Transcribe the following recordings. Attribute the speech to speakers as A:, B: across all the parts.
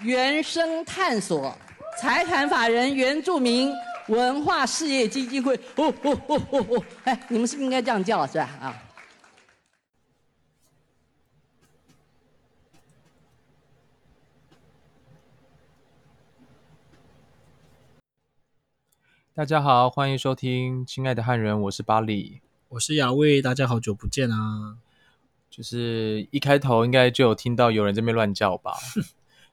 A: 原生探索，财产法人原住民文化事业基金会。哦哦哦哦哦！哎，你们是不是应该这样叫是吧？啊。
B: 大家好，欢迎收听《亲爱的汉人》，我是巴里。
C: 我是雅卫，大家好久不见啊！
B: 就是一开头应该就有听到有人这边乱 叫吧，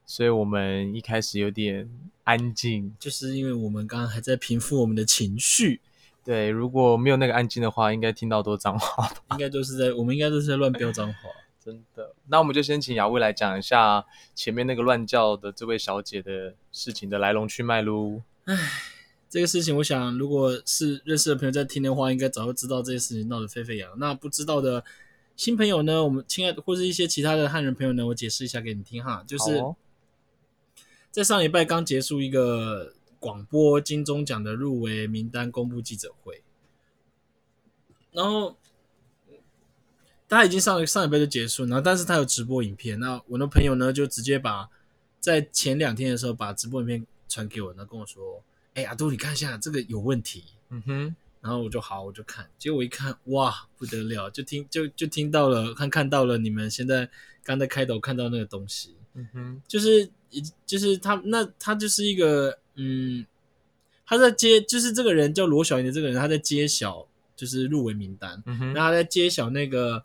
B: 所以我们一开始有点安静。
C: 就是因为我们刚刚还在平复我们的情绪，
B: 对，如果没有那个安静的话，应该听到多脏话吧。
C: 应该都是在我们应该都是在乱飙脏话。
B: 真的，那我们就先请雅慧来讲一下前面那个乱叫的这位小姐的事情的来龙去脉喽。
C: 这个事情，我想如果是认识的朋友在听的话，应该早就知道这些事情闹得沸沸扬扬。那不知道的新朋友呢，我们亲爱的或是一些其他的汉人朋友呢，我解释一下给你听哈，就。
B: 就是
C: 在上礼拜刚结束一个广播金钟奖的入围名单公布记者会，然后大家已经上上礼拜就结束，然后但是他有直播影片，那我的朋友呢就直接把在前两天的时候把直播影片传给我，然后跟我说：“哎、阿杜，你看一下这个有问题。”
B: 嗯哼，
C: 然后我就好，我就看，结果我一看，哇，不得了，就听就就听到了，看看到了你们现在刚在开头看到那个东西，
B: 嗯哼，
C: 就是已就是他那他就是一个嗯，他在揭就是这个人叫罗小莹的这个人，他在揭晓就是入围名单，
B: 嗯哼，
C: 那他在揭晓那个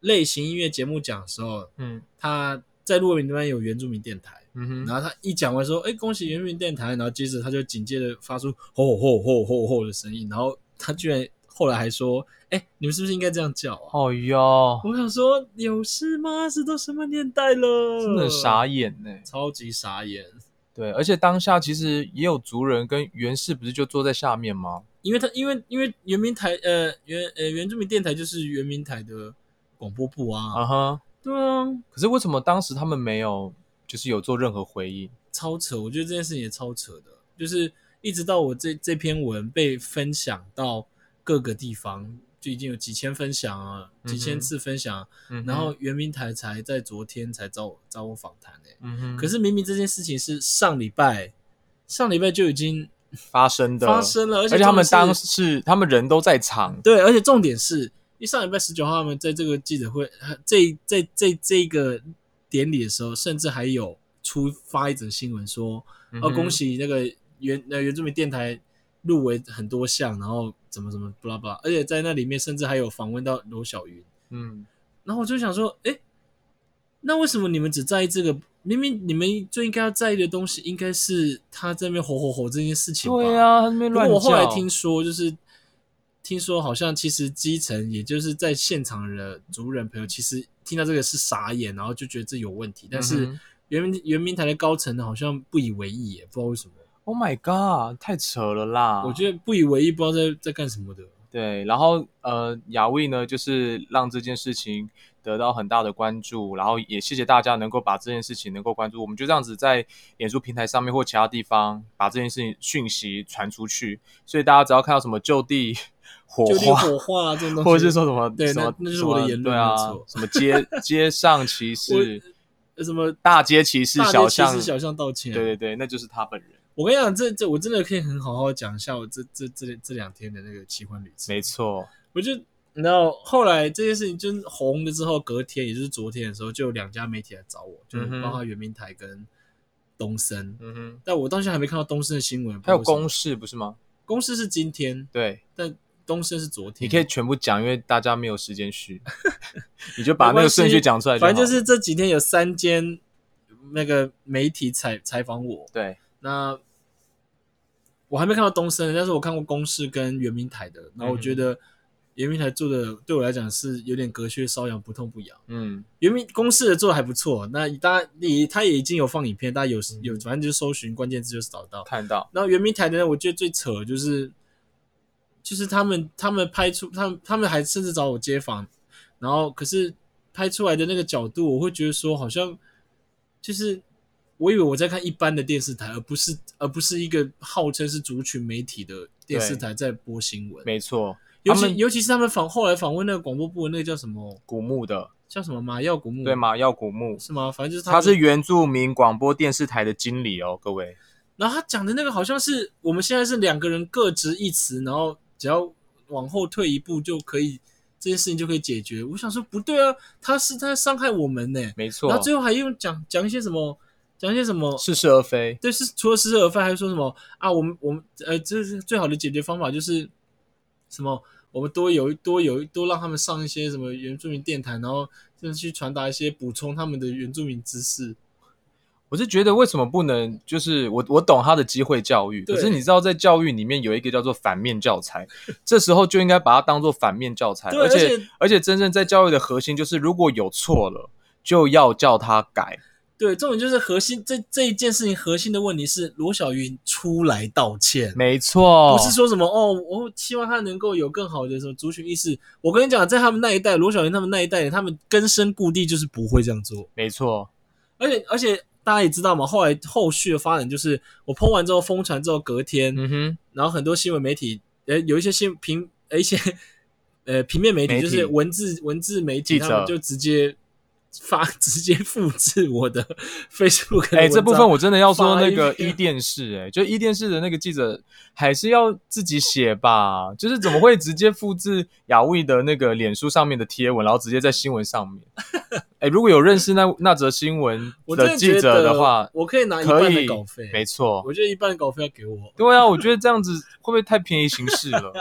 C: 类型音乐节目奖的时候，
B: 嗯
C: 他在入围名单有原住民电台，
B: 嗯哼，
C: 然后他一讲完说，哎、恭喜原住民电台，然后接着他就紧接着发出吼吼吼吼吼的声音，然后他居然后来还说，哎、你们是不是应该这样叫啊？
B: 哦哟，
C: 我想说，有事吗？这都什么年代了？
B: 真的很傻眼呢、
C: 超级傻眼。
B: 对，而且当下其实也有族人跟袁氏不是就坐在下面吗？
C: 因为他因为因为原民台呃原呃原住民电台就是原民台的广播部啊，
B: 啊哈，
C: 对啊，
B: 可是为什么当时他们没有就是有做任何回应？
C: 超扯，我觉得这件事情也超扯的，就是一直到我这这篇文被分享到各个地方，就已经有几千分享啊，
B: 嗯哼
C: 几千次分享啊，
B: 嗯哼
C: 然后原民台才在昨天才找我找我访谈呢、欸
B: 嗯哼，
C: 可是明明这件事情是上礼拜上礼拜就已经
B: 发生的
C: 发生了，而
B: 而
C: 且
B: 且他们
C: 重
B: 当
C: 点是哦
B: 时他们人都在场，
C: 对，而且重点是，因为上礼拜十九号他们在这个记者会，呃这这这这个典礼的时候，甚至还有出发一则新闻说，
B: 嗯
C: 哦，
B: 哼
C: 恭喜那个原呃原住民电台入围很多项，然后怎么怎么巴拉巴拉，而且在那里面甚至还有访问到罗小云，
B: 嗯，
C: 然后我就想说，哎，那为什么你们只在意这个？明明你们最应该要在意的东西，应该是他在那边吼吼吼这件事情吧？
B: 对啊，他们
C: 不过
B: 乱
C: 我后来
B: 叫
C: 听说，就是听说好像其实基层，也就是在现场的族人朋友，其实听到这个是傻眼，然后就觉得这有问题。但
B: 嗯
C: 是
B: 哼
C: 原民原民台的高层呢，好像不以为意耶，不知道为什么。
B: ，Oh my God，太扯了啦！
C: 我
B: 得
C: 觉得不以为意，不知道在在干什么的。
B: 对，然后呃，雅卫呢，就是让这件事情得到很大的关注，然后也谢谢大家能够把这件事情能够关注，我们就这样子在演出平台上面或其他地方把这件事情讯息传出去，所以大家只要看到什么就地火
C: 就地
B: 化。
C: 火化这种东西，
B: 或者是说什么
C: 对
B: 什么
C: 那那就是
B: 什
C: 我的
B: 么
C: 言
B: 对
C: 论
B: 啊
C: 没错，
B: 什么街街上歧视、
C: 呃什么
B: 大街歧视、
C: 大
B: 小
C: 街其
B: 巷
C: 实小巷道歉。
B: 对对对，那就是他本人，
C: 我跟你讲，这这我真的可以很好好讲一下我这这这这两天的那个奇幻旅程。
B: 没错，
C: 我就你知道，后来这件事情就是红了之后，隔天也就是昨天的时候，就有两家媒体来找我，就是
B: 嗯哼
C: 包括圆明台跟东森。
B: 嗯哼，
C: 但我到现在还没看到东森的新闻，
B: 还有
C: 不知道为什
B: 公
C: 么
B: 式不是吗？
C: 公司是今天，
B: 对，
C: 但东森是昨天。
B: 你可以全部讲，因为大家没有时间序， 你就把那个顺
C: 没关系
B: 序讲出来好
C: 反正就是这几天有三间那个媒体采采访我，
B: 对，
C: 那我还没看到东森，但是我看过公视跟圆明台的，
B: 嗯
C: 然后我觉得圆明台做的对我来讲是有点隔靴搔痒，不痛不痒。
B: 嗯
C: 原明公式的做的还不错，那大家你他也已经有放影片，大家有
B: 嗯
C: 有反正就搜寻关键字就是找得到。
B: 看到，
C: 然后圆明台的呢，我觉得最扯的就是，就是他们他们拍出他们他们还甚至找我接访，然后可是拍出来的那个角度，我会觉得说好像就是我以为我在看一般的电视台，而不是而不是一个号称是族群媒体的电视台在播新闻。
B: 没错，
C: 尤
B: 他
C: 其
B: 们
C: 尤其是他们访后来访问那个广播部的那个叫什么
B: 古墓的，
C: 叫什么马耀古墓？
B: 对？马耀古墓，
C: 是吗？反正嗯就是
B: 他
C: 们
B: 是原住民广播电视台的经理哦，各位。
C: 然后他讲的那个好像是我们现在是两个人各执一词，然后只要往后退一步就可以这件事情就可以解决。我想说不对啊，他是在伤害我们呢、
B: 没错
C: 然后，最后还用讲讲一些什么，讲一些什么。
B: 似啊是而非。
C: 对，是除了似是而非，还说什么啊？我们我们呃，这是最好的解决方法，就是什么？我们多有多有多让他们上一些什么原住民电台，然后就是去传达一些补充他们的原住民知识。
B: 我是觉得为什么不能？就是我我懂他的机会教育，
C: 对
B: 可是你知道在教育里面有一个叫做反面教 材，这时候就应该把它当做反面教材，
C: 对
B: 哎而
C: 而
B: 且
C: 且
B: 而且真正在教育的核心就是，如果有错了就要叫他改。
C: 对，重点就是核心这这一件事情核心的问题是罗小云出来道歉，
B: 没错，
C: 不是说什么哦，我希望他能够有更好的什么族群意识。我跟你讲，在他们那一代，罗小云他们那一代，他们根深固地就是不会这样做。
B: 没错，
C: 而且而且大家也知道嘛，后来后续的发展就是我碰完之后疯传之后，隔天、
B: 嗯哼，
C: 然后很多新闻媒体，呃，有一些新平呃一些呃平面媒体，
B: 媒体
C: 就是文字文字媒
B: 记
C: 体，
B: 者
C: 他们就直接发 直接复制我的 Facebook 的
B: 哎、
C: 文章
B: 这部分我真的要说
C: 发
B: 那
C: 一
B: 个
C: 篇
B: 一电视、哎，就一电视的那个记者还是要自己写吧，就是怎么会直接复制雅卫的那个脸书上面的贴文，然后直接在新闻上面？哎、如果有认识那那则新闻
C: 我真
B: 的
C: 的
B: 记
C: 觉
B: 者
C: 得
B: 的话，
C: 我可以拿一
B: 可
C: 半的
B: 以
C: 稿费，
B: 没错。
C: 我觉得一半的稿费要给我。
B: 对啊，我觉得这样子会不会太便宜行事了？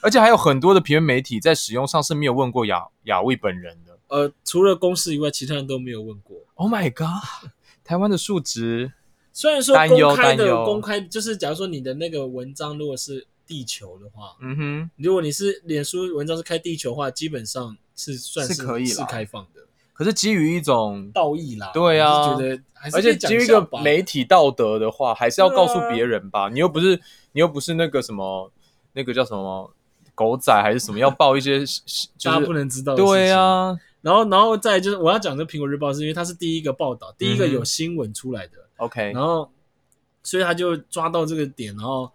B: 而且还有很多的平面媒体在使用上是没有问过雅雅卫本人的。
C: 呃，除了公司以外，其他人都没有问过。
B: Oh my god！台湾的数值
C: 虽然说
B: 担忧
C: 公开
B: 担忧
C: 的公开，就是假如说你的那个文章如果是地球的话，
B: 嗯哼，
C: 如果你是脸书文章是开地球的话，基本上是算
B: 是可以啦
C: 是开放的
B: 可是基于一种
C: 道义啦。
B: 对啊
C: 我是觉得还是
B: 而
C: 可
B: 且
C: 以讲
B: 基于一
C: 下
B: 个
C: 吧
B: 媒体道德的话，还是要告诉
C: 对啊
B: 别人吧。你又不是你又不是那个什么那个叫什么狗仔还是什么，要报一些 就
C: 大家不
B: 是
C: 能知道。
B: 对。啊。
C: 然后，然后再来就是我要讲的《苹果日报》，是因为它是第一个报道，第一个
B: 嗯哼
C: 有新闻出来的，
B: OK，
C: 然后所以他就抓到这个点，然后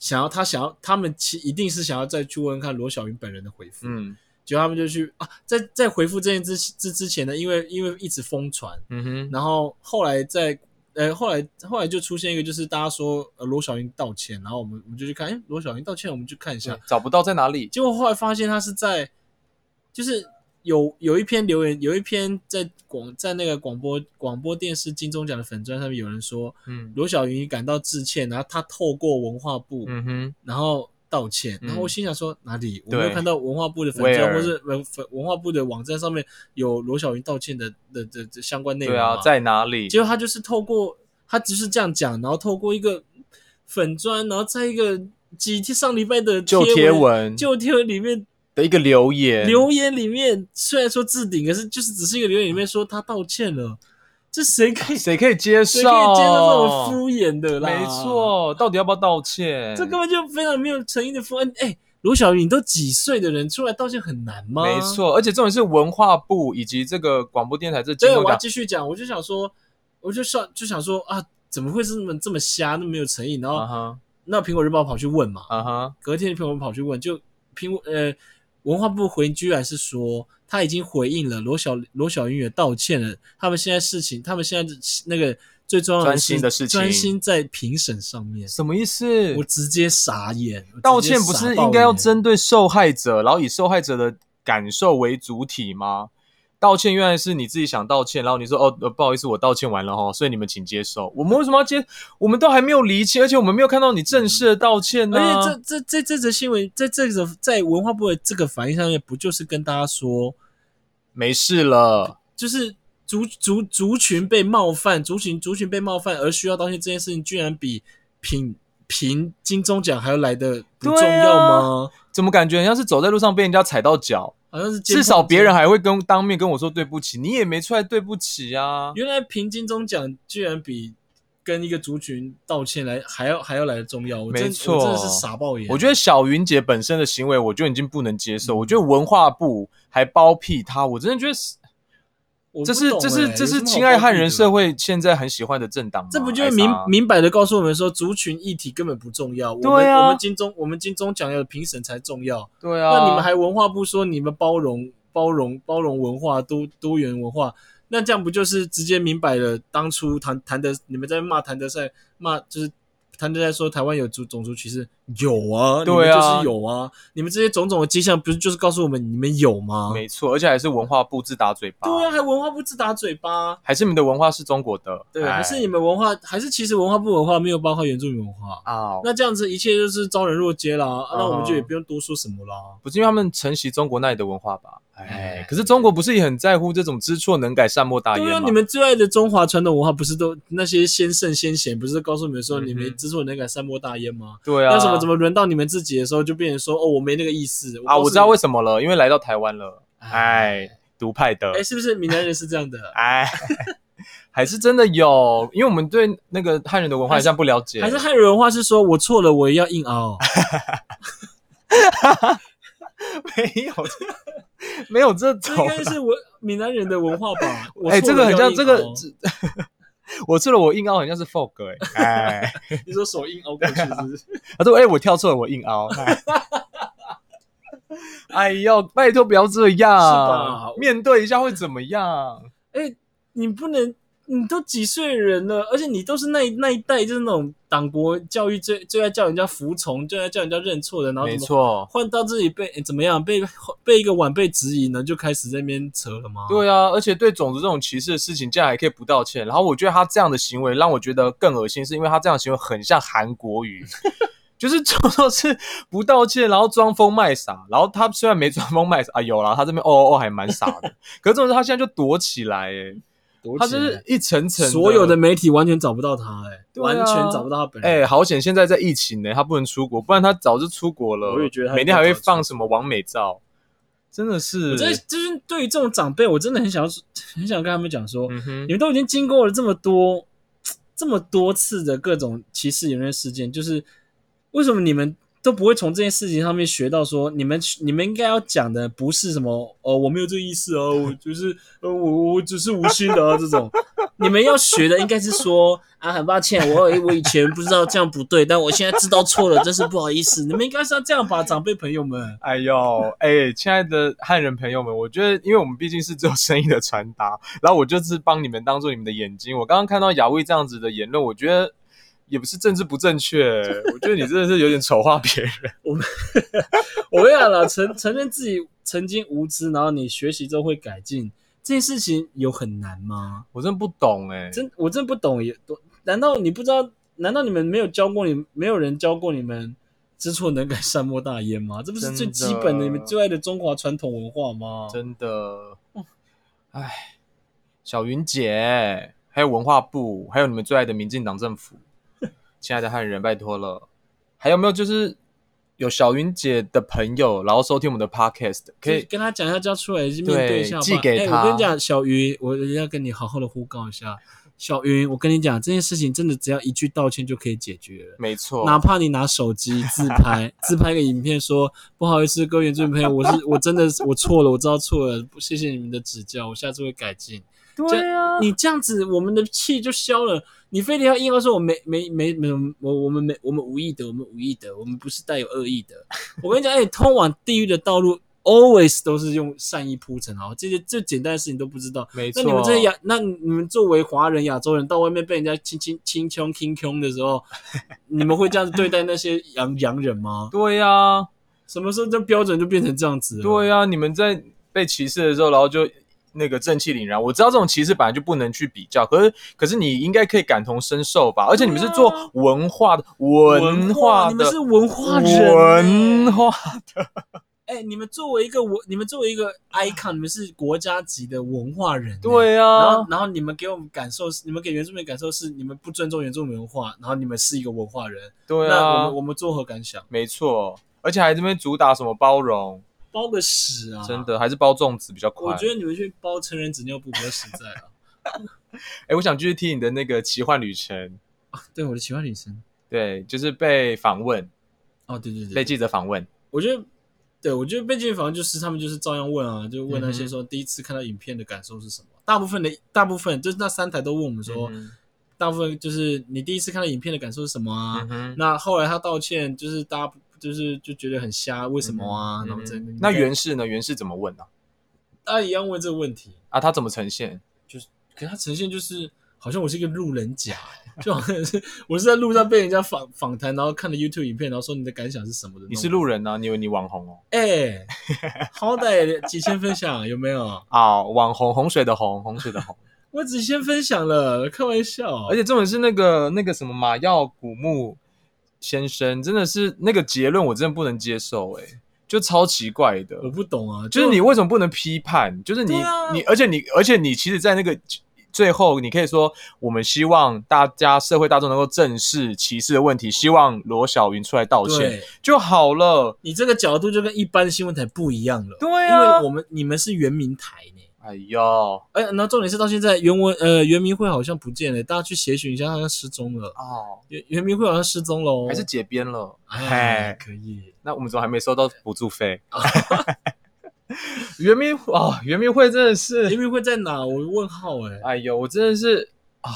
C: 想要他想要他们其一定是想要再去问问看罗小云本人的回复，
B: 嗯
C: 结果他们就去啊，在在回复这件之之之前呢，因为因为一直疯传，
B: 嗯哼，
C: 然后后来在呃后来后来就出现一个就是大家说呃罗小云道歉，然后我们我们就去看，哎罗小云道歉，我们去看一下，
B: 嗯找不到在哪里。
C: 结果后来发现他是在就是有有一篇留言，有一篇在广在那个广播广播电视金钟奖的粉砖上面有人说
B: 嗯
C: 罗小云感到致歉，然后他透过文化部，
B: 嗯哼，
C: 然后道歉。
B: 嗯啊
C: 然后我心想说哪里？我
B: 对
C: 没有看到文化部的粉
B: Where？
C: 砖或是文粉文化部的网站上面有罗小云道歉的的的的相关内容
B: 对啊，
C: 嘛
B: 在哪里？
C: 结果他就是透过他只是这样讲，然后透过一个粉砖，然后在一个几天上礼拜的
B: 就贴
C: 贴
B: 文
C: 就贴文里面
B: 的一个留言，
C: 留言里面，虽然说置顶，可是就是只是一个留言里面说他道歉了，这谁可以
B: 谁可以接受？
C: 谁可以接受这种敷衍的啦？
B: 没，错，到底要不要道歉？
C: 这根本就非常没有诚意的敷衍。哎、罗小云，你都几岁的人出来道歉很难吗？
B: 没。错，而且重点是文化部以及这个广播电台这金
C: 对，
B: 钟
C: 我要
B: 奖，
C: 继续讲，我就想说，我就想就想说啊，怎么会是那么这么瞎，那么没有诚意？然后、
B: 啊哈
C: 那苹果日报跑去问嘛，
B: 啊哈，
C: 隔天苹果日报跑去问，就苹果呃文化部回应居然是说他已经回应了罗小罗小云也道歉了，他们现在事情，他们现在那个最重要
B: 专
C: 是
B: 心的事情
C: 专心在评审上面，
B: 什么意思？
C: 我直接傻眼，我直接
B: 道歉不是
C: 傻爆
B: 应该要
C: 眼
B: 针对受害者，然后以受害者的感受为主体吗？道歉原来是你自己想道歉，然后你说哦、呃不好意思，我道歉完了哈，所以你们请接受。我们为什么要接？我们都还没有离清，而且我们没有看到你正式的道歉呢、
C: 而且这这这这则新闻，在这个在文化部的这个反应上面，不就是跟大家说，
B: 没事了，
C: 就是族族族群被冒犯，族群族群被冒犯而需要道歉这件事情，居然比评评金钟奖还要来的不重要
B: 啊
C: 吗？
B: 怎么感觉很像是走在路上被人家踩到脚？
C: 好像是
B: 至少别人
C: 还
B: 还会跟当面跟我说对不起，你也没出来对不起啊。
C: 原来评金钟奖居然比跟一个族群道歉来还要还要来的重要，我真
B: 没错
C: 我真的是傻爆眼。
B: 我觉得小云姐本身的行为，我就已经不能接
C: 嗯
B: 受。我觉得文化部还包庇她，我真的觉得是
C: 我不
B: 这是
C: 懂
B: 这是
C: 欸
B: 这是
C: 有什么
B: 亲
C: 好
B: 爱
C: 包庇
B: 汉人
C: 的
B: 社会现在很喜欢的政党吗，
C: 这不就是
B: 艾莎
C: 明明摆的告诉我们说，族群议题根本不重要，我
B: 对
C: 们
B: 啊
C: 我们金钟我们金钟奖要的评审才重要。
B: 对啊？
C: 那你们还文化部说你们包容包容包容文化、多多元文化，那这样不就是直接明摆了？当初谭谭德你们在骂谭德赛，骂就是谭德赛说台湾有族种族歧视，有啊，你们
B: 对啊
C: 就是有啊，你们这些种种的迹象，不是就是告诉我们你们有吗？
B: 没错，而且还是文化部自打嘴巴。
C: 对啊，还文化部自打嘴巴，
B: 还是你们的文化是中国的，
C: 对，啊
B: 哎
C: 还是你们文化，还是其实文化部文化没有包括原住民文化。
B: 啊？
C: 那这样子一切就是招人若揭啦，啊那我们就也
B: 嗯
C: 不用多说什么啦。
B: 不是因为他们承袭中国那里的文化吧？哎
C: 哎，
B: 可是中国不是也很在乎这种知错能改、善莫大焉
C: 对
B: 吗？
C: 啊，你们最爱的中华传统文化不是都那些先圣先贤不是告诉你们说
B: 嗯哼
C: 你们知错能改善莫大焉吗？
B: 对啊，
C: 那怎么怎么轮到你们自己的时候就变成说哦我没那个意思
B: 啊？
C: 告诉
B: 我知道
C: 你
B: 为什么了，因为来到台湾了，
C: 哎
B: 哎，独派的
C: 哎，是不是闽南人是这样的？
B: 哎，还是真的有，因为我们对那个汉人的文化好像不了解，
C: 还是汉人文化是说我错了我也要硬凹？
B: 没有没有这
C: 这
B: 种
C: 应该是文闽南人的文化吧？我
B: 哎，
C: 错
B: 这
C: 了
B: 个很
C: 要
B: 像
C: 硬
B: 这个
C: 凹，
B: 我吃了我硬凹，很像是 fog 哎、哎，
C: 你说手硬凹过去是不是？
B: 他说哎我跳错了，我硬凹。 哎哎呦，拜托不要这样
C: 吧，
B: 面对一下会怎么样？
C: 哎，你不能，你都几岁人了，而且你都是那一那一代，就是那种党国教育最最爱叫人家服从，最爱叫人家认错的，然后
B: 没
C: 怎么
B: 错，
C: 换到自己被、诶怎么样被被一个晚辈质疑呢，就开始在那边扯了吗？
B: 对啊，而且对种族这种歧视的事情，竟然还可以不道歉。然后我觉得他这样的行为让我觉得更恶心，是因为他这样的行为很像韩国 语，就是做错事不道歉，然后装疯卖傻。然后他虽然没装疯卖傻啊，有啦，他这边哦哦哦还蛮傻 的。可是这种他现在就躲起来、欸，
C: 躲
B: 他
C: 起
B: 就
C: 来，
B: 是一层层
C: 所有的媒体完全找不到他、诶
B: 对啊
C: 完全找不到他本人。
B: 哎、好险！现在在疫情呢、他不能出国，不然他早就出国了。
C: 我也觉得他
B: 每天还会放什么完美照，真的是。
C: 我真的就是对于这种长辈，我真的很想要说很想跟他们讲说，
B: 嗯
C: 你
B: 哼，
C: 们都已经经过了这么多、这么多次的各种歧视言论事件，就是为什么你们都不会从这件事情上面学到说，你们你们应该要讲的不是什么哦，我没有这个意思哦，我就是呃，我我只是无心的啊这种， 你们要学的应该是说啊，很抱歉，我我以前不知道这样不对，但我现在知道错了，真是不好意思。你们应该是要这样吧，长辈朋友们。
B: 哎呦，哎，亲爱的汉人朋友们，我觉得，因为我们毕竟是做生意的传达， 然后我就是帮你们当做你们的眼睛。我刚刚看到雅慧这样子的言论，我觉得也不是政治不正 确，我觉得你真的是有点丑化别人。
C: 我跟你讲了，承承认自己曾经无知，然后你学习之后会改进，这件事情有很难吗？
B: 我真的不懂哎、
C: 真我真不懂也，都难道你不知道？难道你们没有教过你，没有人教过你们知错能改善莫大焉吗？这不是
B: 真的
C: 最基本的你们最爱的中华传统文化吗？
B: 真的，哎，小云姐，还有文化部，还有你们最爱的民进党政府， 亲爱的汉人，拜托了，还有没有就是有小云姐的朋友，然后收听我们的 podcast，可
C: 就
B: 以
C: 跟他讲一下，叫出来面对一下好不好。
B: 寄给
C: 哎
B: 他
C: 我跟你讲，小云，我要跟你好好的呼告一下，小云，我跟你讲，这件事情真的只要一句道歉就可以解决了。
B: 没错，
C: 哪怕你拿手机自拍，自拍个影片说不好意思，各位原住民朋友，我是我真的是我错了，我知道错了，谢谢你们的指教，我下次会改进。
A: 对啊，
C: 你这样子，我们的气就消了。你非得要硬要说我没没没没有我我们没我们无意的，我们无意的，我们不是带有恶意的。我跟你讲，哎、通往地狱的道路 always 都是用善意铺成，好，这些最简单的事情都不知道。
B: 没错，
C: 那你们这些亚，那你们作为华人、亚洲人到外面被人家亲亲亲穷亲穷的 时候，你们会这样子对待那些洋洋人吗？
B: 对呀、
C: 啊什么时候这标准就变成这样子了？
B: 对呀、你们在被歧视的时候，然后就那个正气凛然。我知道这种歧视本来就不能去比较，可是可是你应该可以感同身受吧？而且你们是做文化的、文化
C: 你们
B: 的
C: 是。啊文化人、欸
B: 文化，
C: 哎、你们作为一个文，你们作为一个 icon，你们是国家级的文化人、欸。
B: 对
C: 然
B: 啊
C: 后，，然后你们给我们感受是，你们给原住民感受是你们不尊重原住民文化，然后你们是一个文化人。
B: 对
C: 那我
B: 啊
C: 们，我们作何感想？
B: 没错，而且还这边主打什么包容，
C: 包个屎啊！
B: 真，的还是包粽子比较快。
C: 我觉得你们去包成人纸尿布比较实在啊。
B: 哎，我想继续听你的那个奇幻旅程，
C: 啊，对，我的奇幻旅程。
B: 对，就是被访问，
C: 哦，对对对，
B: 被记者访问，
C: 我觉得，对我觉得被进访就是他们就是照样问啊，就问
B: 嗯
C: 那些说第一次看到影片的感受是什么。大部分的大部分就是那三台都问我们说，
B: 嗯
C: 大部分就是你第一次看到影片的感受是什么啊？
B: 哼嗯哼
C: 那后来他道歉，就是
B: 嗯
C: 大家就是就觉得很瞎，为什么啊？然后这
B: 嗯哼那原氏呢？原氏怎么问呢？
C: 大家一样问这个问题，
B: 啊，它怎么呈现？
C: 可它呈现就是好像我是一个路人甲，欸就好像是我是在路上被人家访访谈，然后看了 YouTube 影片，然后说你的感想是什么的。
B: 你是路？人啊？你以为你网红哦？
C: 哎、好歹几千分享有没有？
B: 啊，网红洪水的红，洪水的红。
C: 我几千分享了，开玩笑。
B: 而且重点是那个那个什么马耀古木先生，真的是那个结论我真的不能接受、欸，就超奇怪的。
C: 我不懂啊，
B: 就是你为什么不能批判？就是你、
C: 对啊
B: 你，而且你而且你其实，在那个最后，你可以说，我们希望大家社会大众能够正视歧视的问题，希望罗小云出来道歉
C: 对
B: 就好了。
C: 你这个角度就跟一般的新闻台不一样了。
B: 对啊
C: 因为我们你们是原民台呢。
B: 哎呦，
C: 哎，然后重点是到现在原文呃原民会好像不见了，大家去协寻一下，他好像失踪了。
B: 哦，
C: 原原民会好像失踪了哦，
B: 还是解编了，
C: 哎
B: 哎，
C: 可以。
B: 那我们怎么还没收到补助 费？圆明哦，圆明会真的是
C: 原民会在哪？我问号哎、
B: 哎呦，我真的是啊、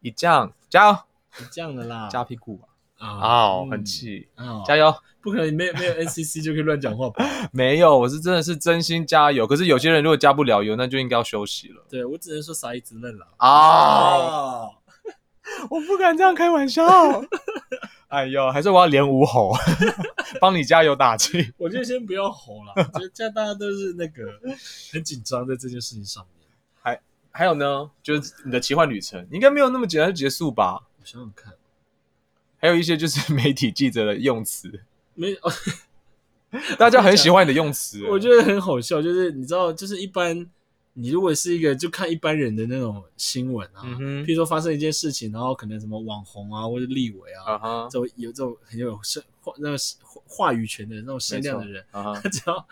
B: 一降加油
C: 你这样的啦
B: 加屁股
C: 啊
B: 啊，哦
C: 嗯
B: 很气，
C: 啊，
B: 加油！
C: 不可能没有没有 NCC 就可以乱讲话吧？
B: 没有，我是真的是真心加油。可是有些人如果加不了油，那就应该要休息了
C: 对我只能说傻一直愣了
B: 啊！
C: 啊，
B: 我不敢这样开玩笑。 哎呦，还是我要连五吼， 帮你加油打气。
C: 我就先不要吼了，我觉得这样大家都是那 个很紧张在这件事情上面。
B: 还有呢，就是你的奇幻旅程，你应该没有那么简单就结束吧？
C: 我想想看，
B: 还有一些就是 媒体记者的用词，
C: 没有。
B: 大家很喜欢你的用词。
C: 我觉得很好笑，就是你知道，就是一般你如果是一个就看一般人的那种新闻啊，
B: 嗯哼
C: 譬如说发生一件事情，然后可能什么网红啊或者立委啊，
B: 啊哈
C: 这种有这种很有声话那个话话语权的那种声量的人，
B: 啊哈
C: 他只要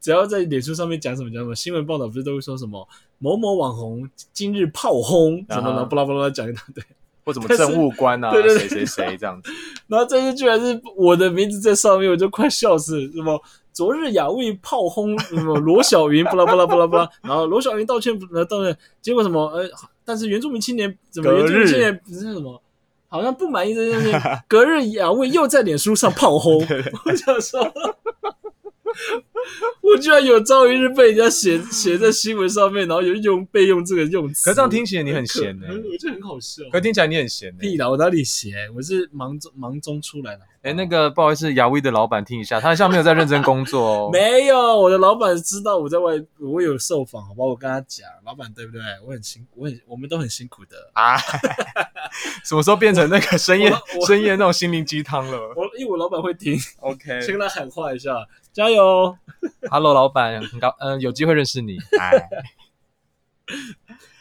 C: 只要在脸书上面讲什么讲什么，新闻报道不是都会说什么某某网红今日炮轰什么
B: 啊
C: 的，
B: 哈
C: 巴拉巴拉讲一大堆，
B: 或什么
C: 但是
B: 政务官啊，
C: 对对对
B: 谁谁谁这样子。
C: 然后这些居然是我的名字在上面，我就快笑死了。什么昨日雅卫炮轰什么罗小云，巴拉巴拉巴拉巴拉，然后罗小云道歉不呃道歉，结果什么呃，但是原住民青年怎么
B: 隔日
C: 原住民青年不是什么， 好像不满意这件 事情，隔日雅卫又在脸书上炮轰，我想说。 我居然有朝一日被人家写写在新闻上面，然后有用备用这个用词，
B: 可是这样听起来你很
C: 可
B: 闲呢、欸
C: 我觉得很好笑。
B: 可听起来你很闲呢、
C: 屁啦，我哪里闲？我是忙中忙中出来的。
B: 哎、那个不好意思，雅威的老板听一下，他好像没有在认真工作哦。
C: 没有，我的老板知道我在外，我有受访，好吧？我跟他讲，老板对不对？我很辛，我很，我们都很辛苦的。
B: 啊，什么时候变成那个深夜
C: 我我
B: 深夜那种心灵鸡汤了
C: 我因为我老板会听，先
B: ？OK，Hello，
C: 跟他喊话一下，加油。
B: 老板，很高，嗯、有机会认识 你。哎，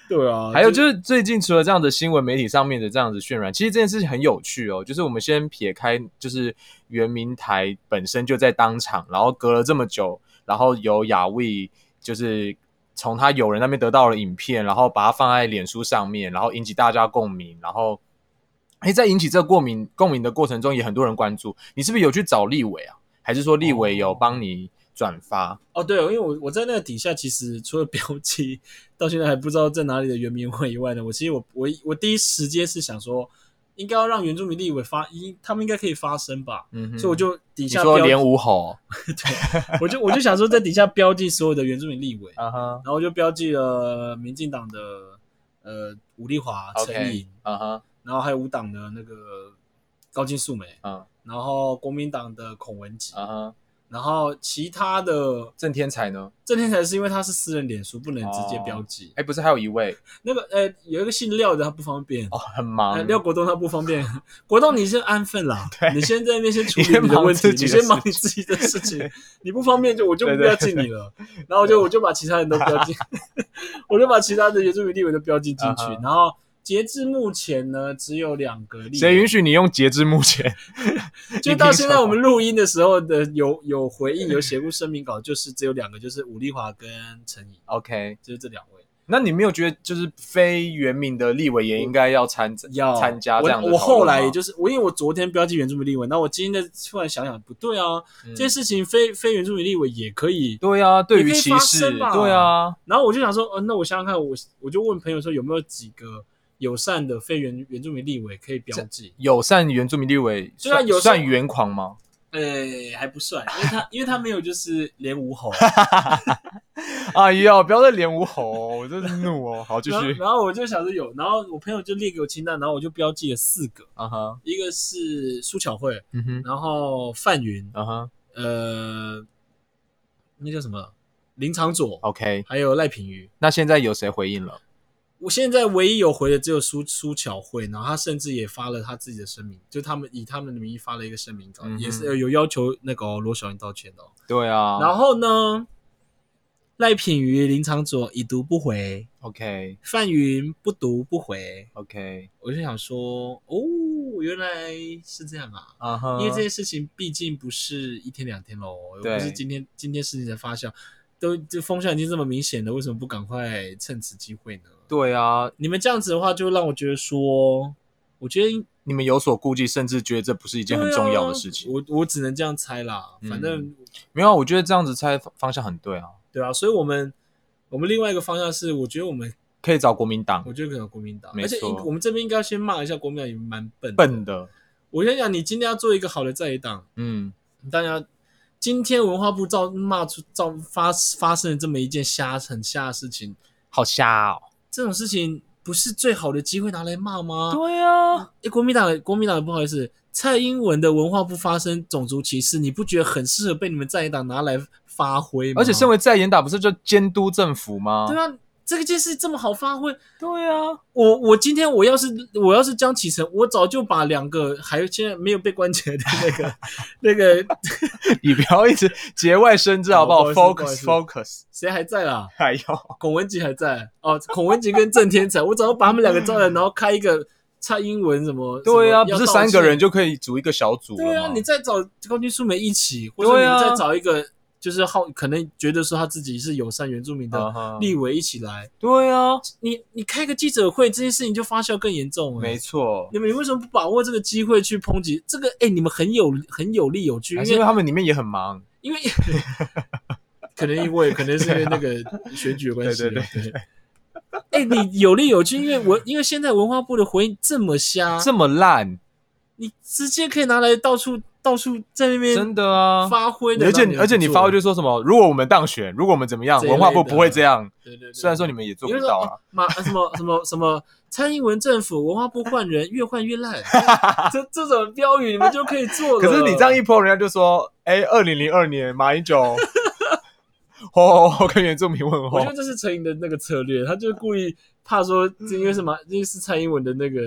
C: 对啊，
B: 还有就是最近除了这样的新闻媒体上面的这样子渲染，其实这件事情很有趣哦。就是我们先撇开，就是圆明台本身就在当场，然后隔了这么久，然后由雅卫就是从他友人那边得到了影片，然后把它放在脸书上面，然后引起大家共鸣，然后。哎，在引起这个共鸣共鸣的过程中，也很多人关注。你是不是有去找立委啊？还是说立委有帮你转发？
C: 哦，对哦，因为我我在那个底下，其实除了标记，到现在还不知道在哪里的原民会以外呢，我其实我我我第一时间是想说，应该要让原住民立委发，应他们应该可以发声吧，
B: 嗯哼，
C: 所以我就底
B: 你
C: 下
B: 说
C: 标
B: 连五吼，
C: 我就我就想说在底下标记所有的原住民立委，
B: 啊哈
C: 然后就标记了民进党的呃吴丽华、陈
B: ，OK，
C: 颖，
B: 啊哈，
C: 然后还有无党的那个高金素梅，
B: 嗯
C: 然后国民党的孔文吉，
B: 啊哈。
C: 然后其他的
B: 郑天才呢？
C: 郑天才是因为他是私人脸书，不能直接标记。
B: 哎，不是，还有一位
C: 那个呃有一个姓廖的他不方便。
B: 哦，很
C: 呃
B: 忙，
C: 廖国栋他不 方便，国栋你先安分啦，你先在那边先处
B: 你
C: 理
B: 先
C: 你的
B: 忙
C: 问题，
B: 自己
C: 你
B: 的
C: 先忙
B: 事
C: 你自己的事 情，你不方便就我就不
B: 对对
C: 要进你了，然后我就我就把其他人都标 进， 我就把其他的原住民立委都标进进去
B: 啊哈，
C: 然后截至目前呢，只有两个立
B: 谁
C: 委
B: 允，许你用截至目 前？
C: 就到现在我们录音的时候的有有回应有写过声明稿，就是只有两个，就是武丽华跟陈怡，
B: OK，
C: 就是这两位。
B: 那你没有觉得就是非原民的立委也应该要参
C: 要
B: 参加这样的
C: 我我
B: 讨论
C: 后来
B: 吗
C: 也就是我，因为我昨天标记原住民立委，那我今天突然想想，不对啊，
B: 嗯
C: 这件事情非非原住民立委也可以。
B: 对啊，对
C: 也
B: 于
C: 可以
B: 歧
C: 发
B: 视，
C: 声吧
B: 对啊，
C: 然后我就想说，呃，那我想想看，我我就问朋友说有没有几个友善的非原原住民立委可以标记？
B: 友善原住民立委
C: 对啊
B: 算
C: 友善
B: 算原狂吗？
C: 哎，还不算，因为 他因为他没有就是连五吼，
B: 哎呀，不要再脸无吼、哦，我真是怒 哦。好，继
C: 然后
B: 续。
C: 然后我就想着有，然后我朋友就列给我清单，然后我就标记了四个，
B: 啊哈，
C: 一个是苏巧慧，
B: 嗯哼，
C: 然后范云，
B: 啊哈
C: 呃，那叫什么林长佐，
B: ，OK。
C: 还有赖品妤。
B: 那现在有谁回应了？
C: 我现在唯一有回的只有苏苏巧慧，然后他甚至也发了他自己的声明，就他们以他们的名义发了一个声明稿，
B: 嗯哼
C: 也是呃有要求那个哦罗小英道歉的、哦。
B: 对啊，
C: 然后呢，赖品妤、林长佐已读不回，
B: OK
C: 范云不读不回，
B: OK，
C: 我就想说，哦，原来是这样啊。
B: 啊哈，
C: 因为这件事情毕竟不是一天两天喽，又
B: 对
C: 不是今天今天事情才发酵，都这风向已经这么明显了，为什么不赶快趁此机会呢？
B: 对啊，
C: 你们这样子的话，就让我觉得说，我觉得一
B: 你们有所顾忌，甚至觉得这不是一件很重
C: 啊
B: 要的事情。
C: 我我只能这样猜啦，
B: 嗯
C: 反正、
B: 没有啊，我觉得这样子猜方向很对啊，
C: 对啊，所以我们我们另外一个方向是，我觉得我们
B: 可以找国民党
C: 我觉得可能国民党，
B: 没
C: 而且
B: 错
C: 应我们这边应该要先骂一下国民党也蛮笨
B: 笨
C: 的。
B: 的，
C: 我先讲，你今天要做一个好的在野党，
B: 嗯，
C: 大家今天文化部造骂出造发发生了这么一件瞎很瞎的事情，
B: 好瞎哦。
C: 这种事情不是最好的机会拿来骂吗？
B: 对啊，
C: 诶哎国民党，国民党不好意思，蔡英文的文化不发生种族歧视，你不觉得很适合被你们在野党拿来发挥吗？
B: 而且身为在野党，不是就监督政府吗？
C: 啊对啊，这个件事这么好发挥，
B: 对啊，
C: 我我今天我要是我要是江启臣，我早就把两个还有现在没有被关起来的 那个那个
B: 你不要一直节外生枝好不好
C: 哦不好意
B: ？Focus
C: 思不好
B: Focus，
C: 谁还在啦？
B: 哎呦，
C: 孔文吉还在哦，孔文吉跟郑天才，我早就把他们两个招来，然后开一个蔡英文什么？
B: 对啊，
C: 什
B: 不
C: 么
B: 是
C: 要道
B: 三个
C: 歉
B: 人就可以组一个小组了吗？
C: 对啊，你再找高金素梅一起，或者
B: 对
C: 你
B: 啊
C: 们再找一个，就是好可能觉得说他自己是友善原住民
B: 啊
C: 的
B: 哈
C: 立委一起来，
B: 对啊，
C: 你你开个记者会，这件事情就发酵更严重了。
B: 没错，
C: 你们为什么不把握这个机会去抨击这个？哎、你们很有很有利有据，
B: 还是因
C: 因
B: 为
C: 为
B: 他们里面也很忙。
C: 因为 可能因为可能是因为那个选举的关系，啊
B: 对对
C: 对。哎、你有利有据，因为文因为现在文化部的回应这么瞎，
B: 这么烂，
C: 你直接可以拿来到处到处在那边
B: 真的啊！
C: 发挥的，
B: 而且
C: 然后
B: 而且你
C: 不
B: 发
C: 做
B: 挥就说什么？如果我们当选，如果我们怎么样，
C: 这一类
B: 文
C: 的
B: 化部不会这样。
C: 对对对，
B: 虽然说你们也做
C: 因
B: 不
C: 为说
B: 到
C: 哦
B: 啊，
C: 马什么什么什么蔡英文政府文化部换人，越换越 烂，这这种标语你们就可以做了。
B: 可是你这样一泼，人家就说：“哎，二零零二年马英九，哦，我跟原住民问
C: 我
B: 候
C: 觉得。这是陈颖的那个策略，他就是故意怕说，这因为什么？因为是蔡英文的那个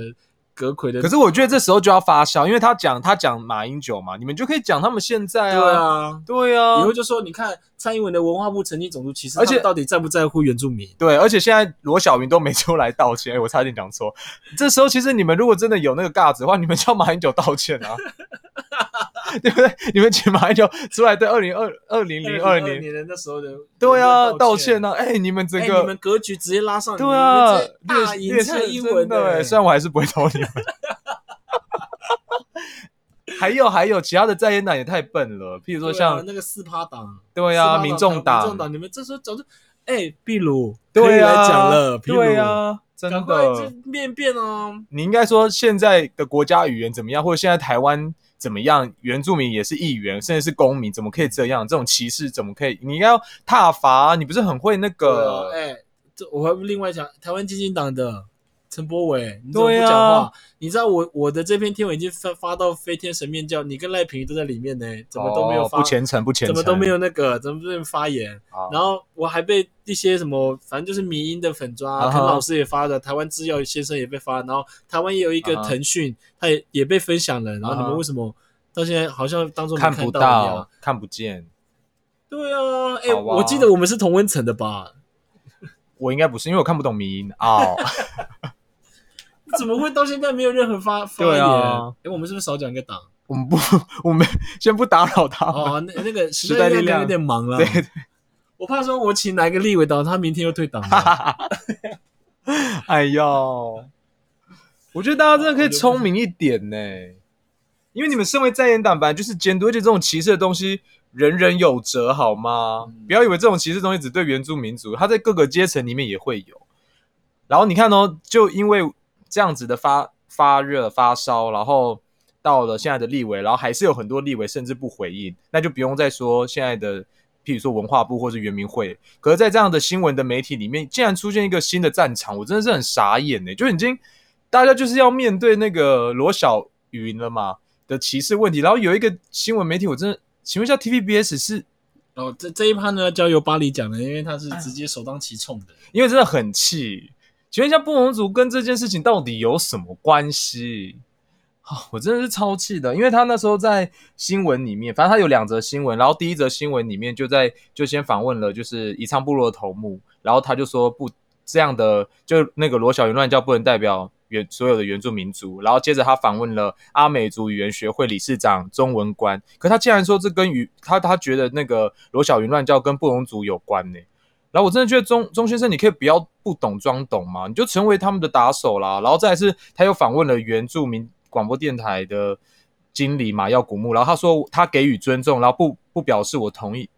C: 葛魁”的，
B: 可是我觉得这时候就要发酵，因为他讲他讲马英九嘛，你们就可以讲他们现在
C: 对
B: 啊，
C: 啊，
B: 对啊
C: 以，后就说你看蔡英文的文化部曾经种族歧视，
B: 而且
C: 他们到底在不在乎原住民？
B: 对，而且现在罗小云都没出来道歉，哎，我差点讲错。这时候其实你们如果真的有那个尬子的话，你们叫马英九道歉啊，对不对？你们请马英九出来对二零二二零零二
C: 2022
B: 年，
C: 年的那时候的
B: 对啊，
C: 道
B: 道歉。啊！哎、你们整
C: 哎，
B: 个、
C: 你们格局直接拉上，
B: 对啊
C: 你们这，大
B: 劣
C: 赢
B: 劣
C: 蔡
B: 势
C: 英
B: 真
C: 文
B: 的哎，
C: 哎
B: 虽然我还是不会投你们。 还有还有，其他的在野党也太笨了，譬如说
C: 对啊
B: 像
C: 那个四趴党，
B: 对
C: 四趴
B: 啊，
C: 党
B: 民众
C: 民
B: 党
C: 众，党，你们这时候早就哎，秘鲁
B: 对
C: 可以
B: 啊，
C: 来讲了，秘鲁
B: 对，啊，真
C: 赶快就
B: 的，
C: 变变啊，
B: 你应该说现在的国家语言怎么样，或者现在台湾怎么样，原住民也是议员，甚至是公民，怎么可以这样？这种歧视怎么可以？你应该要踏伐，你不是很会那
C: 对啊
B: 个？
C: 哎，这我还另外讲台湾基金党的陈柏伟，你怎么不
B: 对啊
C: 讲话？你知道我我的这篇贴文已经发发到飞天神面教，你跟赖平都在里面呢，怎么都没有
B: 哦
C: 发
B: 不，虔诚，不虔
C: 怎
B: 诚，
C: 么都没有那个，怎么都没有发言？
B: 啊。
C: 然后我还被一些什么，反正就是迷音的粉
B: 啊
C: 抓，
B: 哈
C: 陈、老师也发的，台湾制药先生也被发，然后台湾也有一个
B: 啊哈
C: 腾讯，他也也被分享了，然后
B: 啊哈
C: 你们为什么到现在好像当做没
B: 看
C: 看
B: 不
C: 到一样？
B: 到，看不见。
C: 对啊，哎、
B: 好吧
C: 我记得我们是同温层的吧？
B: 我应该不是，因为我看不懂迷音哦。
C: 怎么会到现在没有任 何发发
B: 对
C: 言？
B: 啊
C: 哎、我们是不是少讲一个党？
B: 我们不，我们先不打扰他们。
C: 哦，那那个 时
B: 时代
C: 代
B: 力
C: 力
B: 量
C: 量有点忙了
B: 对，，对
C: 我怕说我请哪个立委党，他明天又退党了。
B: 哎呦，我觉得大家真的可以聪明一点呢，因为你们身为在野党，本来就是监督，而且这种歧视的东西人人有责，好吗？
C: 嗯
B: 不要以为这种歧视的东西只对原住民族，它在各个阶层里面也会有。然后你看哦，就因为这样子的发发热、发烧，然后到了现在的立委，然后还是有很多立委甚至不回应，那就不用再说现在的，譬如说文化部或是原民会。可是，在这样的新闻的媒体里面，竟然出现一个新的战场，我真的是很傻眼呢、就已经大家就是要面对那个罗小云了嘛的歧视问题，然后有一个新闻媒体，我真的，请问一下 TVBS 是
C: 哦，这这一趴呢交由巴黎讲的，因为他是直接首当其冲的。
B: 因为真的很气。请问一下，布隆族跟这件事情到底有什么关系？啊，我真的是超气的，因为他那时候在新闻里面，反正他有两则新闻，然后第一则新闻里面就在就先访问了就是宜昌部落的头目，然后他就说不这样的就那个罗小云乱叫不能代表原所有的原住民族，然后接着他访问了阿美族语言学会理事长钟文官，可他竟然说这跟语他他觉得那个罗小云乱叫跟布隆族有关呢、然后我真的觉得钟钟先生，你可以不要不懂装懂嘛，你就成为他们的打手啦。然后再来是，他又访问了原住民广播电台的经理马耀古木，然后他说他给予尊重，然后不不表示我同意。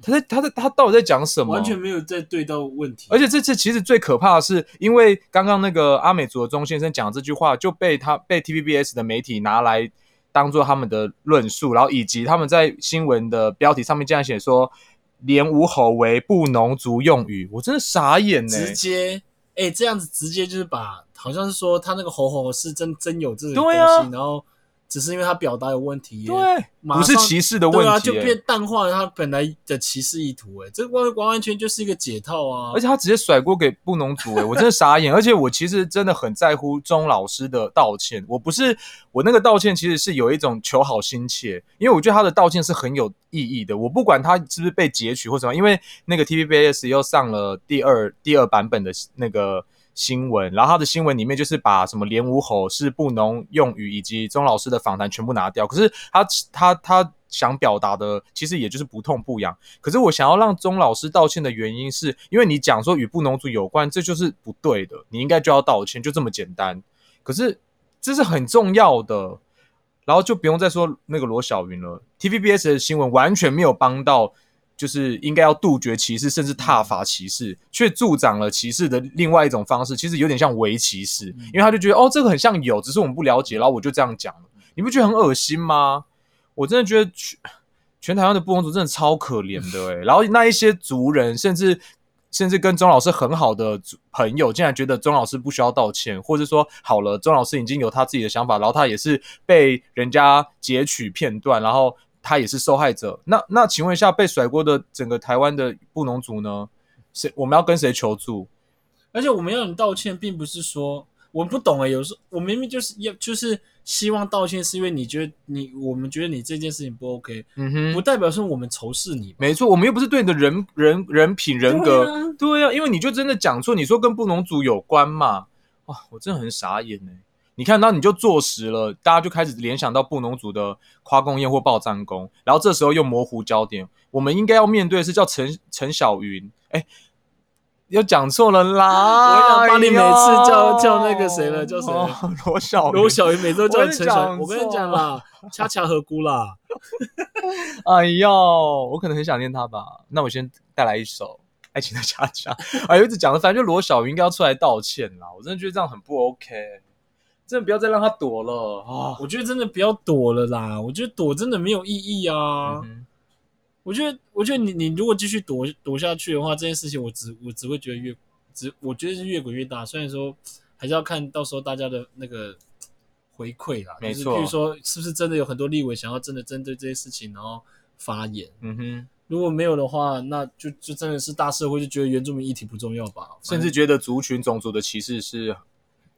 B: 他在他在他到底在讲什么？
C: 完全没有在对到问题，
B: 而且这次其实最可怕的是，因为刚刚那个阿美族的钟先生讲这句话，就被他被 TVBS 的媒体拿来当做他们的论述，然后以及他们在新闻的标题上面竟然写说“连无吼为布农族用语”，我真的傻眼欸呢、
C: 直接哎、这样子直接就是把，好像是说他那个吼吼是真真有这个东
B: 对
C: 西，
B: 啊
C: 然后只是因为他表达有问题，
B: 对，
C: 马
B: 不是
C: 上
B: 歧视的问
C: 对
B: 题、
C: 啊，就
B: 欸
C: 变淡化了他本来的歧视意图、哎，这完完完全就是一个解套啊，
B: 而且他直接甩锅给布农族、欸， 我真的傻眼。而且我其实真的很在乎钟老师的道歉，我不是我那个道歉其实是有一种求好心切，因为我觉得他的道歉是很有意义的。我不管他是不是被截取或什么，因为那个 TVBS 又上了第二第二版本的那个。新闻，然后他的新闻里面就是把什么连五吼是布农用语以及钟老师的访谈全部拿掉，可是他他他想表达的其实也就是不痛不痒，可是我想要让钟老师道歉的原因是，因为你讲说与布农族有关，这就是不对的，你应该就要道歉，就这么简单。可是这是很重要的，然后就不用再说那个罗小云了。TVBS 的新闻完全没有帮到，就是应该要杜绝歧视，甚至挞伐歧视，却助长了歧视的另外一种方式，其实有点像围歧视，因为他就觉得哦，这个很像有，只是我们不了解，然后我就这样讲了，你不觉得很恶心吗？我真的觉得全全台湾的布农族真的超可怜的诶、然后那一些族人，甚至甚至跟钟老师很好的族朋友，竟然觉得钟老师不需要道歉，或者说好了，钟老师已经有他自己的想法，然后他也是被人家截取片段，然后他也是受害者。那那请问一下，被甩锅的整个台湾的布农族呢？谁我们要跟谁求助？
C: 而且我们要你道歉，并不是说我不懂哎、有时候我明明就是要就是希望道歉，是因为你觉得你我们觉得你这件事情不 OK，、
B: 嗯哼，
C: 不代表说我们仇视你吧。
B: 没错，我们又不是对你的人人人品人格，
A: 对啊
B: 因为你就真的讲错，你说跟布农族有关嘛，哇，我真的很傻眼呢。你看到你就坐实了，大家就开始联想到布农族的夸公宴或报战功，然后这时候又模糊焦点。我们应该要面对的是叫陈陈小云，哎，又讲错了啦！哎
C: 我跟你讲
B: 呦
C: 巴黎每次叫叫那个谁了叫谁了
B: 哦罗小云
C: 罗小鱼每周叫
B: 我
C: 你
B: 也
C: 陈小
B: 讲
C: 鱼，我跟你讲啦，恰恰合姑啦，
B: 哎呦，我可能很想念他吧。那我先带来一首《爱情的 恰恰》。哎呦，一直讲的，反正就罗小云应该要出来道歉啦。我真的觉得这样很不 OK，真的不要再让他躲了啊！
C: 我觉得真的不要躲了啦，我觉得躲真的没有意义啊。
B: 嗯
C: 我觉得，我觉得你你如果继续躲躲下去的话，这件事情我只我只会觉得越只我觉得是越滚越大。虽然说还是要看到时候大家的那个回馈啦，
B: 没
C: 就是
B: 错
C: 譬如说是不是真的有很多立委想要真的针对这些事情然后发言，
B: 哼嗯哼，
C: 如果没有的话，那就就真的是大社会就觉得原住民议题不重要吧，
B: 甚至觉得族群种族的歧视是、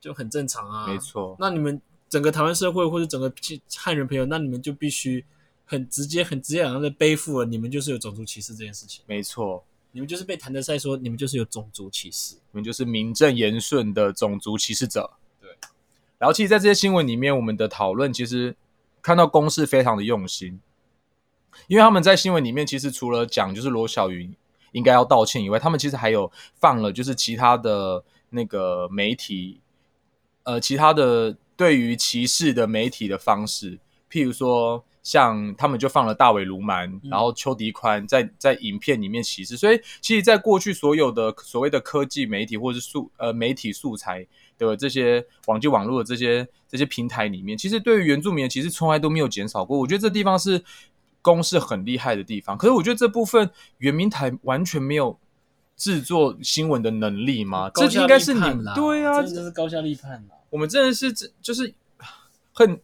C: 就很正常啊。
B: 没。错。
C: 那你们整个台湾社会或者整个其汉人朋友，那你们就必须很直接、很直接然后的背负了，你们就是有种族歧视这件事情。
B: 没错，
C: 你们就是被谭德赛说你们就是有种族歧视。
B: 我们就是名正言顺的种族歧视者。
C: 对。
B: 然后，其实，在这些新闻里面，我们的讨论其实看到公视非常的用心，因为他们在新闻里面其实除了讲就是罗小云应该要道歉以外，他们其实还有放了就是其他的那个媒体，呃，其他的对于歧视的媒体的方式，譬如说像他们就放了大尾卢蛮，
C: 嗯
B: 然后邱迪宽在在影片里面歧视，所以其实在过去所有的所谓的科技媒体或者是素呃媒体素材，的这些网际网络的这些这些平台里面，其实对于原住民其实从来都没有减少过。我觉得这地方是公是很厉害的地方，可是我觉得这部分原民台完全没有制作新闻的能力嘛，这
C: 啊嗯高下
B: 应该是你
C: 立判啦
B: 对啊，
C: 真的是高下立判啦。
B: 我们真的是这就是恨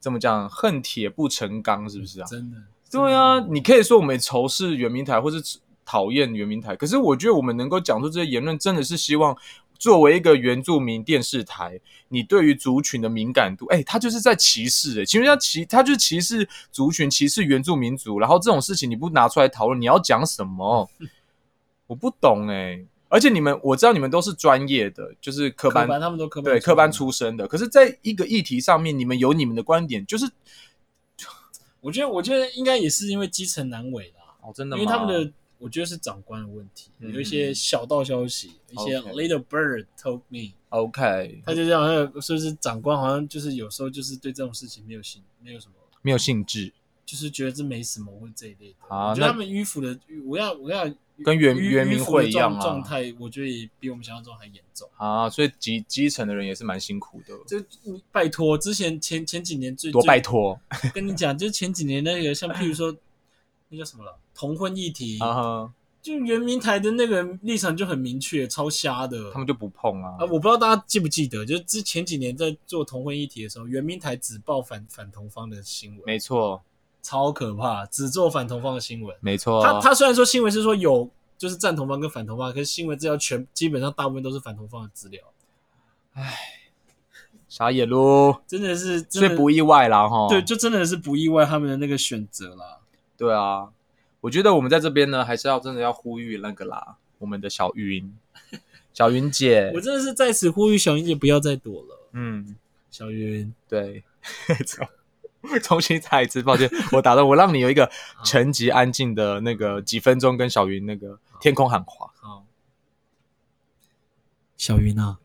B: 怎么讲，恨铁不成钢，是不是啊？
C: 真的。
B: 对啊，你可以说我们仇视圆明台，或是讨厌圆明台，可是我觉得我们能够讲出这些言论，真的是希望作为一个原住民电视台，你对于族群的敏感度，哎，他就是在歧视、哎，其实他歧，他就是歧视族群，歧视原住民族，然后这种事情你不拿出来讨论，你要讲什么？ 我不懂哎、而且你们，我知道你们都是专业的，就是科
C: 科
B: 班
C: 班他们都科班
B: 对科班
C: 出身
B: 出身的，可是，在一个议题上面，你们有你们的观点，就是
C: 我觉得，我觉得应该也是因为基层难为啦，
B: 哦，真
C: 因为他们的我觉得是长官的问题，
B: 嗯
C: 有一些小道消息，一些
B: OK
C: little bird told me，
B: OK
C: 他就这样，好像说是长官好像就是有时候就是对这种事情没有兴，没有什么，
B: 没有兴致，
C: 就是觉得这没什么或这一类的。
B: 啊
C: 我觉得
B: 那
C: 他们迂腐的，我要我要
B: 跟原
C: 迂
B: 原民会一样
C: 迂腐
B: 啊
C: 的状状态，我觉得也比我们想象中还严重。
B: 啊，所以基基层的人也是蛮辛苦的，
C: 就你拜托，之前前前几年最
B: 多拜
C: 托。
B: 托
C: 跟你讲，就是前几年那个，像譬如说，那叫什么了，同婚议题，
B: 啊哈，
C: 就圆明台的那个立场就很明确，超瞎的。
B: 他们就不碰啊
C: 啊，。我不知道大家记不记得，就是之前几年在做同婚议题的时候，圆明台只报反反同方的新闻，
B: 没错，
C: 超可怕，只做反同方的新闻。
B: 没错，
C: 他他虽然说新闻是说有就是赞同方跟反同方，可是新闻资料全基本上大部分都是反同方的资料，
B: 傻眼喽，
C: 真的是
B: 所
C: 真
B: 以
C: 的
B: 不意外哦啦哈。
C: 对，就真的是不意外他们的那个选择啦。
B: 对啊，我觉得我们在这边呢，还是要真的要呼吁那个啦，我们的小 云，小云姐
C: 我，真的是在此呼吁小云姐不要再躲了，
B: 嗯，
C: 小云。
B: 对，重新再一次，抱歉， 我打断，我让你有一个沉寂安静的那个几分钟，跟小云那个天空喊话。
C: 好，小云啊，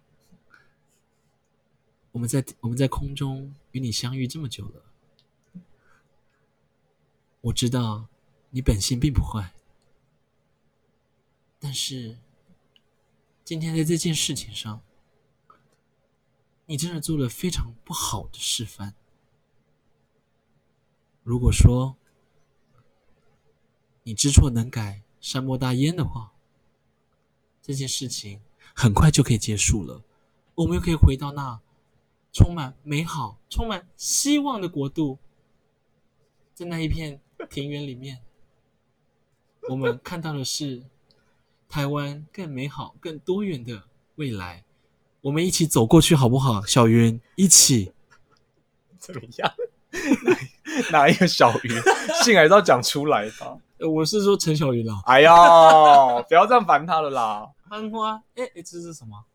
C: 我们在我们在空中与你相遇这么久了，我知道你本性并不坏，但是今天在这件事情上，你真的做了非常不好的示范。如果说你知错能改，善莫大焉的话，这件事情很快就可以结束了，我们又可以回到那充满美好、充满希望的国度，在那一片庭园里面，我们看到的是台湾更美好、更多元的未来。我们一起走过去好不好，小云？一起。
B: 怎么样？ 哪一个小 鱼？信还是要讲出来吧。
C: 呃我是说陈小云啦。
B: 哎呦，不要这样烦他了啦！
C: 班花，哎哎，这是什么？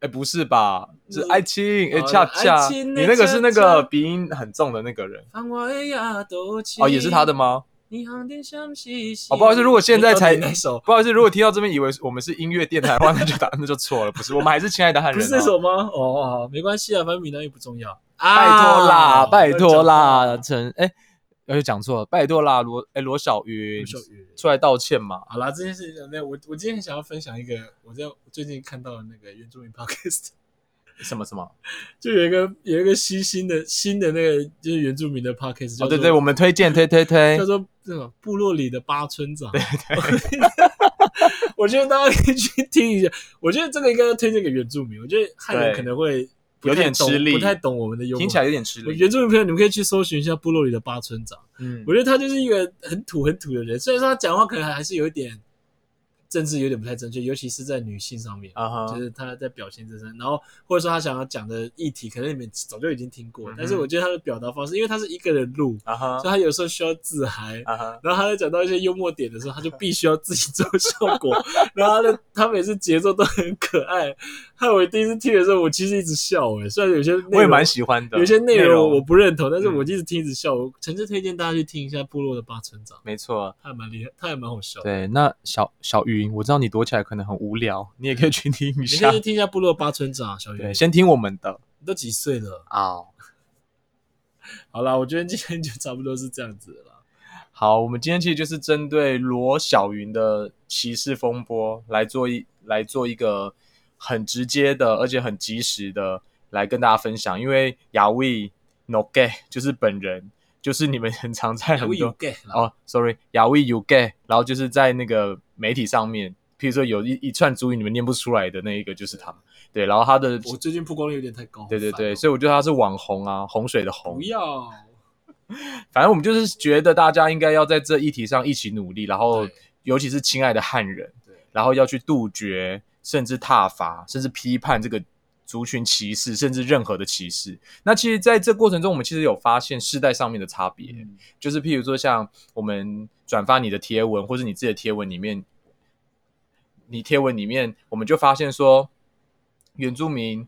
B: 哎，不是吧？是
C: 嗯
B: 爱青，哎，
C: 哦
B: 恰恰，
C: 爱
B: 你
C: 卿
B: 那个是那
C: 恰恰
B: 个鼻音很重的那个人
C: 番花呀，多情。
B: 哦，也是他的吗？
C: 你好，点像西西。
B: 哦，不好意思，如果现在才
C: 你到底哪首
B: 不好意思，如果听到这边以为我们是音乐电台的话，那就打那就错了，不是，我们还是亲爱的汉
C: 不
B: 人
C: 是
B: 啊。
C: 这首吗？哦，好，没关系啊，反正闽南语不重要。啊
B: 拜托啦，拜托啦，。陈哎，哎讲错了，拜托啦，罗哎罗小云
C: 不讲话不讲语
B: 出来道歉嘛。
C: 好啦，这件事情，那我我今天想要分享一个我在我最近看到的那个原住民 podcast，
B: 什么什么？
C: 就有一个有一个新新的新的那个就是原住民的 podcast，
B: 哦，
C: 叫做
B: 对对，我们推荐推推推
C: 叫。做那种部落里的八村长。对对， 我觉得大家可以去听一下。我觉得这个应该要推荐给原住民，我觉得汉人
B: 对
C: 可能会不
B: 有
C: 太
B: 点
C: 懂
B: 吃力
C: 不太懂我们的幽默。
B: 听起来有点吃
C: 我
B: 力。
C: 原住民朋友，你们可以去搜寻一下部落里的八村长。
B: 嗯
C: 我觉得他就是一个很土很土的人，虽然说他讲话可能还是有一点政治有点不太正确，尤其是在女性上面，
B: 啊哈
C: 就是他在表现自身，然后或者说他想要讲的议题，可能你们早就已经听过，
B: 嗯哼
C: 但是我觉得他的表达方式，因为他是一个人录，
B: 啊哈
C: 所以他有时候需要自嗨。
B: 啊哈，
C: 然后他在讲到一些幽默点的时候，他就必须要自己做效果。然后他的他每次节奏都很可爱，害我第一次听的时候，我其实一直笑诶、虽然有些内容
B: 我也蛮喜欢的。
C: 有些内容我
B: 容
C: 不认同，但是
B: 嗯
C: 我一直听一直笑。我诚挚推荐大家去听一下部落的八村长，
B: 没错。
C: 他还蛮厉害，他还蛮好笑的。
B: 对，那小小云，我知道你躲起来可能很无聊，你也可以去听一
C: 你
B: 下
C: 先去。听一下部落的八村长，小
B: 对，
C: 云，
B: 先听我们的
C: 你都几岁了？
B: 哦。
C: 好啦，我觉得今天就差不多是这样子了啦。
B: 好，我们今天其实就是针对罗小云的歧视风波来做一来做一个很直接的，而且很及时的来跟大家分享。因为雅卫 No Gay 就是本人，就是你们很常在
C: 还
B: 很
C: 会有
B: 多
C: get 啦
B: 哦，sorry，雅卫 You Gay，然后就是在那个媒体上面，譬如说有一一串主语你们念不出来的那一个就是他，对，然后他的
C: 我最近曝光率有点太高。
B: 对对
C: 好烦
B: 对，
C: 哦
B: 所以哦我觉得他是网红啊，洪水的洪
C: 不。要
B: 反正我们就是觉得大家应该要在这议题上一起努力，然后
C: 对
B: 尤其是亲爱的汉人
C: 对，
B: 然后要去杜绝甚至挞伐，甚至批判这个族群歧视，甚至任何的歧视。那其实，在这过程中，我们其实有发现世代上面的差别，
C: 嗯
B: 就是譬如说像我们转发你的贴文，或是你自己的贴文里面，你贴文里面，我们就发现说，原住民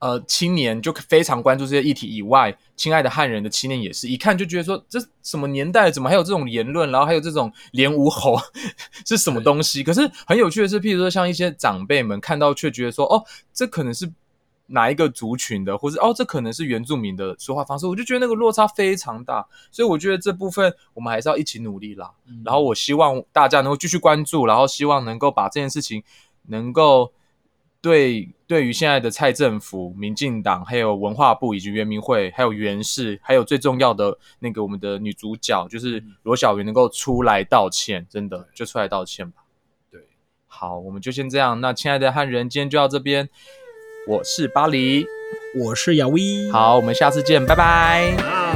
B: 呃青年就非常关注这些议题以外，亲爱的汉人的青年也是一看就觉得说，这什么年代，怎么还有这种言论，然后还有这种连五吼 是什么东西？可是很有趣的是，譬如说像一些长辈们看到却觉得说，哦，这可能是。哪一个族群的，或是哦，这可能是原住民的说话方式，我就觉得那个落差非常大。所以我觉得这部分我们还是要一起努力啦。
C: 嗯
B: 然后我希望大家能够继续关注，然后希望能够把这件事情能够对对于现在的蔡政府、民进党、还有文化部以及原民会、还有袁氏，还有最重要的那个我们的女主角就是罗小云能够出来道歉，真的就出来道歉吧。
C: 对，
B: 好，我们就先这样。那亲爱的汉人，今天就到这边。我是巴黎，
C: 我是姚威。
B: 好，我们下次见，拜拜。
C: 拜。